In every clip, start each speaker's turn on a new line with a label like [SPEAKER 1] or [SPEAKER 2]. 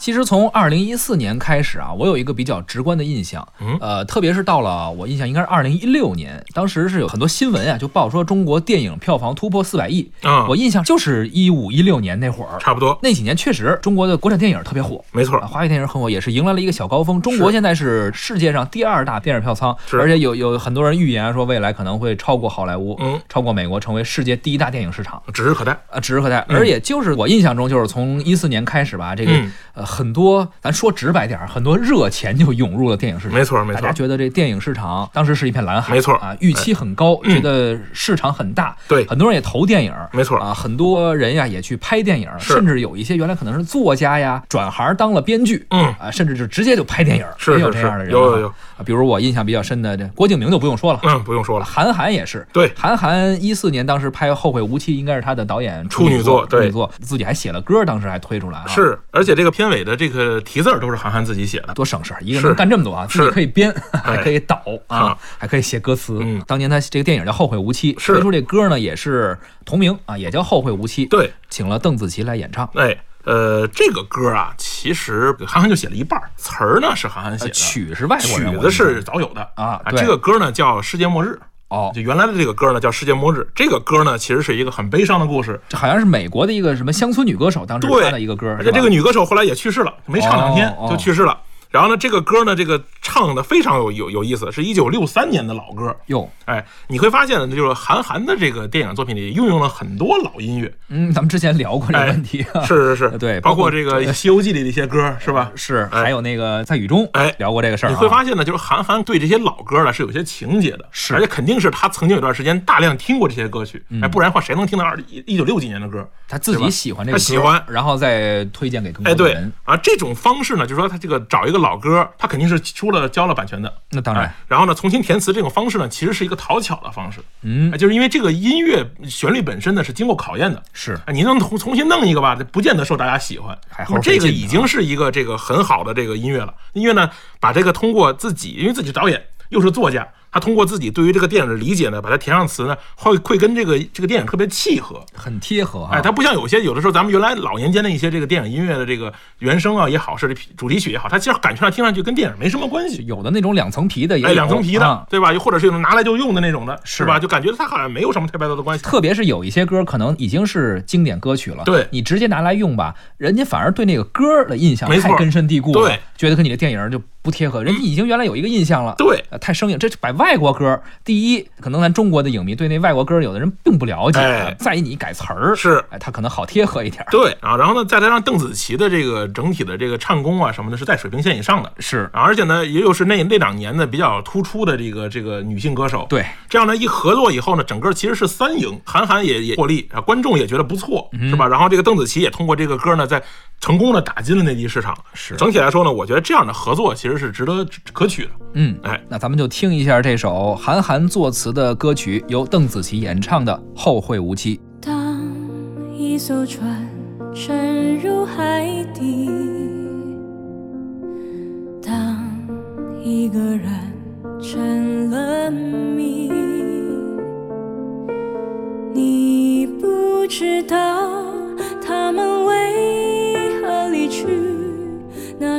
[SPEAKER 1] 其实从二零一四年开始啊，我有一个比较直观的印象，
[SPEAKER 2] 嗯
[SPEAKER 1] 呃，特别是到了我印象应该是二零一六年，当时是有很多新闻啊，就报说中国电影票房突破四百亿。
[SPEAKER 2] 啊
[SPEAKER 1] 我印象就是一五一六年那会儿，
[SPEAKER 2] 差不多，
[SPEAKER 1] 那几年确实中国的国产电影特别火，
[SPEAKER 2] 没错
[SPEAKER 1] 啊，，华语电影很火，也是迎来了一个小高峰。中国现在是世界上第二大电影票仓，
[SPEAKER 2] 是
[SPEAKER 1] 而且有有很多人预言啊说未来可能会超过好莱坞，
[SPEAKER 2] 嗯
[SPEAKER 1] 超过美国，成为世界第一大电影市场。
[SPEAKER 2] 指日可待。
[SPEAKER 1] 啊，指日可待。而也就是我印象中，就是从一四年开始吧，这个、
[SPEAKER 2] 嗯
[SPEAKER 1] 呃很多，咱说直白点儿，很多热钱就涌入了电影市场。
[SPEAKER 2] 没错没错
[SPEAKER 1] 大家觉得这电影市场当时是一片蓝海，
[SPEAKER 2] 没错嗯
[SPEAKER 1] 啊，预期很高，觉得市场很大，
[SPEAKER 2] 对
[SPEAKER 1] 很多人也投电影，
[SPEAKER 2] 没错
[SPEAKER 1] 啊，很多人呀也去拍电影，
[SPEAKER 2] 是
[SPEAKER 1] 甚至有一些原来可能是作家呀，转行当了编剧，
[SPEAKER 2] 嗯，
[SPEAKER 1] 啊，甚至就直接就拍电影，
[SPEAKER 2] 是
[SPEAKER 1] 也有
[SPEAKER 2] 是
[SPEAKER 1] 这
[SPEAKER 2] 是
[SPEAKER 1] 样的人啊，
[SPEAKER 2] 有有有
[SPEAKER 1] 啊，比如我印象比较深的这郭敬明就不用说了，
[SPEAKER 2] 嗯，不用说了，
[SPEAKER 1] 韩寒也是，
[SPEAKER 2] 对
[SPEAKER 1] 韩寒一四年当时拍《后会无期》，应该是他的导演
[SPEAKER 2] 处女作
[SPEAKER 1] 处
[SPEAKER 2] 对
[SPEAKER 1] 女作自己还写了歌，当时还推出来啊，
[SPEAKER 2] 是，而且这个片尾的这个题字儿都是韩寒自己写的。
[SPEAKER 1] 多省事儿，一个
[SPEAKER 2] 是
[SPEAKER 1] 人干这么多啊，自己
[SPEAKER 2] 是哎
[SPEAKER 1] 可以编， 还可以导啊
[SPEAKER 2] 啊，
[SPEAKER 1] 还可以写歌词
[SPEAKER 2] 嗯。
[SPEAKER 1] 当年他这个电影叫《后会无期》，
[SPEAKER 2] 是
[SPEAKER 1] 推出这歌呢也是同名啊，也叫《后会无期》，
[SPEAKER 2] 对，
[SPEAKER 1] 请了邓紫棋来演唱。
[SPEAKER 2] 哎，呃，这个歌啊，其实韩寒就写了一半儿，词儿呢是韩寒写
[SPEAKER 1] 呃
[SPEAKER 2] 的，
[SPEAKER 1] 曲是外国人，
[SPEAKER 2] 曲
[SPEAKER 1] 我
[SPEAKER 2] 子
[SPEAKER 1] 印象
[SPEAKER 2] 是早有的
[SPEAKER 1] 啊对
[SPEAKER 2] 这个歌呢叫《世界末日》。
[SPEAKER 1] 哦
[SPEAKER 2] 就原来的这个歌呢叫《世界末日》，这个歌呢其实是一个很悲伤的故事，
[SPEAKER 1] 这好像是美国的一个什么乡村女歌手当时
[SPEAKER 2] 对
[SPEAKER 1] 她的一个歌，
[SPEAKER 2] 而
[SPEAKER 1] 是
[SPEAKER 2] 且
[SPEAKER 1] 吧
[SPEAKER 2] 哎这个女歌手后来也去世了，没唱两天
[SPEAKER 1] 哦哦
[SPEAKER 2] 就去世了。然后呢，这个歌呢，这个唱的非常有有有意思，是一九六三年的老歌。
[SPEAKER 1] 哟，
[SPEAKER 2] 哎，你会发现呢，就是韩寒的这个电影作品里运用了很多老音乐，
[SPEAKER 1] 嗯，咱们之前聊过这个
[SPEAKER 2] 哎
[SPEAKER 1] 问题啊，
[SPEAKER 2] 是是是，
[SPEAKER 1] 对
[SPEAKER 2] 包
[SPEAKER 1] 包
[SPEAKER 2] 括
[SPEAKER 1] 括
[SPEAKER 2] 这个《西游记》里的一些歌，是吧？
[SPEAKER 1] 是，
[SPEAKER 2] 哎
[SPEAKER 1] 还有那个在雨中
[SPEAKER 2] 哎
[SPEAKER 1] 聊过这个事儿啊，
[SPEAKER 2] 你会发现呢，就是韩寒对这些老歌呢是有些情节的，
[SPEAKER 1] 是嗯
[SPEAKER 2] 而且肯定是他曾经有段时间大量听过这些歌曲，哎，不然的话谁能听到二一九六几年的歌？
[SPEAKER 1] 他自
[SPEAKER 2] 对吧
[SPEAKER 1] 己喜欢这个
[SPEAKER 2] 他
[SPEAKER 1] 歌，
[SPEAKER 2] 喜欢
[SPEAKER 1] 然后再推荐给更
[SPEAKER 2] 哎，
[SPEAKER 1] 多的
[SPEAKER 2] 对
[SPEAKER 1] 人。
[SPEAKER 2] 啊，这种方式呢，就是说他这个找一个老歌，他肯定是出了交了版权的，
[SPEAKER 1] 那当然
[SPEAKER 2] 哎，然后呢，重新填词这种方式呢，其实是一个讨巧的方式，
[SPEAKER 1] 嗯
[SPEAKER 2] 哎，就是因为这个音乐旋律本身呢是经过考验的，
[SPEAKER 1] 是
[SPEAKER 2] 哎，你能重重新弄一个吧，这不见得受大家喜欢
[SPEAKER 1] 还。
[SPEAKER 2] 那么
[SPEAKER 1] 猴
[SPEAKER 2] 这
[SPEAKER 1] 费劲啊
[SPEAKER 2] 个
[SPEAKER 1] 呢
[SPEAKER 2] 已经是一个这个很好的这个音乐了。音乐呢，把这个通过自己，因为自己是导演又是作家，他通过自己对于这个电影的理解呢，把它填上词呢，会会跟这个这个电影特别契合。
[SPEAKER 1] 很贴合啊。
[SPEAKER 2] 哎，它不像有些有的时候咱们原来老年间的一些这个电影音乐的这个原声啊也好，是这主题曲也好，它其实感觉上听上去跟电影没什么关系。
[SPEAKER 1] 有的那种两层皮的也有，
[SPEAKER 2] 哎，两层皮的，
[SPEAKER 1] 啊
[SPEAKER 2] 对吧？又或者是有拿来就用的那种的，是
[SPEAKER 1] 是
[SPEAKER 2] 吧？就感觉它好像没有什么特别多的关系。
[SPEAKER 1] 特别是有一些歌可能已经是经典歌曲了，
[SPEAKER 2] 对
[SPEAKER 1] 你直接拿来用吧，人家反而对那个歌的印象
[SPEAKER 2] 没错
[SPEAKER 1] 太根深蒂固了，
[SPEAKER 2] 对，嗯
[SPEAKER 1] 觉得跟你的电影就不贴合，人家已经原来有一个印象了，
[SPEAKER 2] 对
[SPEAKER 1] 呃太生硬。这摆外国歌，第一，可能咱中国的影迷对那外国歌有的人并不了解，
[SPEAKER 2] 哎
[SPEAKER 1] 在意你改词儿，
[SPEAKER 2] 是
[SPEAKER 1] 哎，他可能好贴合一点儿，
[SPEAKER 2] 对啊，然后呢，再加上邓紫棋的这个整体的这个唱功啊什么的，是在水平线以上的。
[SPEAKER 1] 是
[SPEAKER 2] 啊，而且呢，也又是那那两年的比较突出的这个这个女性歌手，
[SPEAKER 1] 对，
[SPEAKER 2] 这样呢一合作以后呢，整个其实是三赢，韩寒也也获利啊，观众也觉得不错，
[SPEAKER 1] 嗯
[SPEAKER 2] 是吧？然后这个邓紫棋也通过这个歌呢，在成功的打进了内地市场。
[SPEAKER 1] 是
[SPEAKER 2] 整体来说呢，我觉得这样的合作其实是值得值可取的。
[SPEAKER 1] 嗯，
[SPEAKER 2] 哎，
[SPEAKER 1] 那咱们就听一下这首韩寒作词的歌曲，由邓紫棋演唱的《后会无期》。
[SPEAKER 3] 当一艘船沉入海底，当一个人成了谜，你不知道他们为何离去，那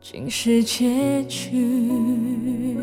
[SPEAKER 3] 竟是结局。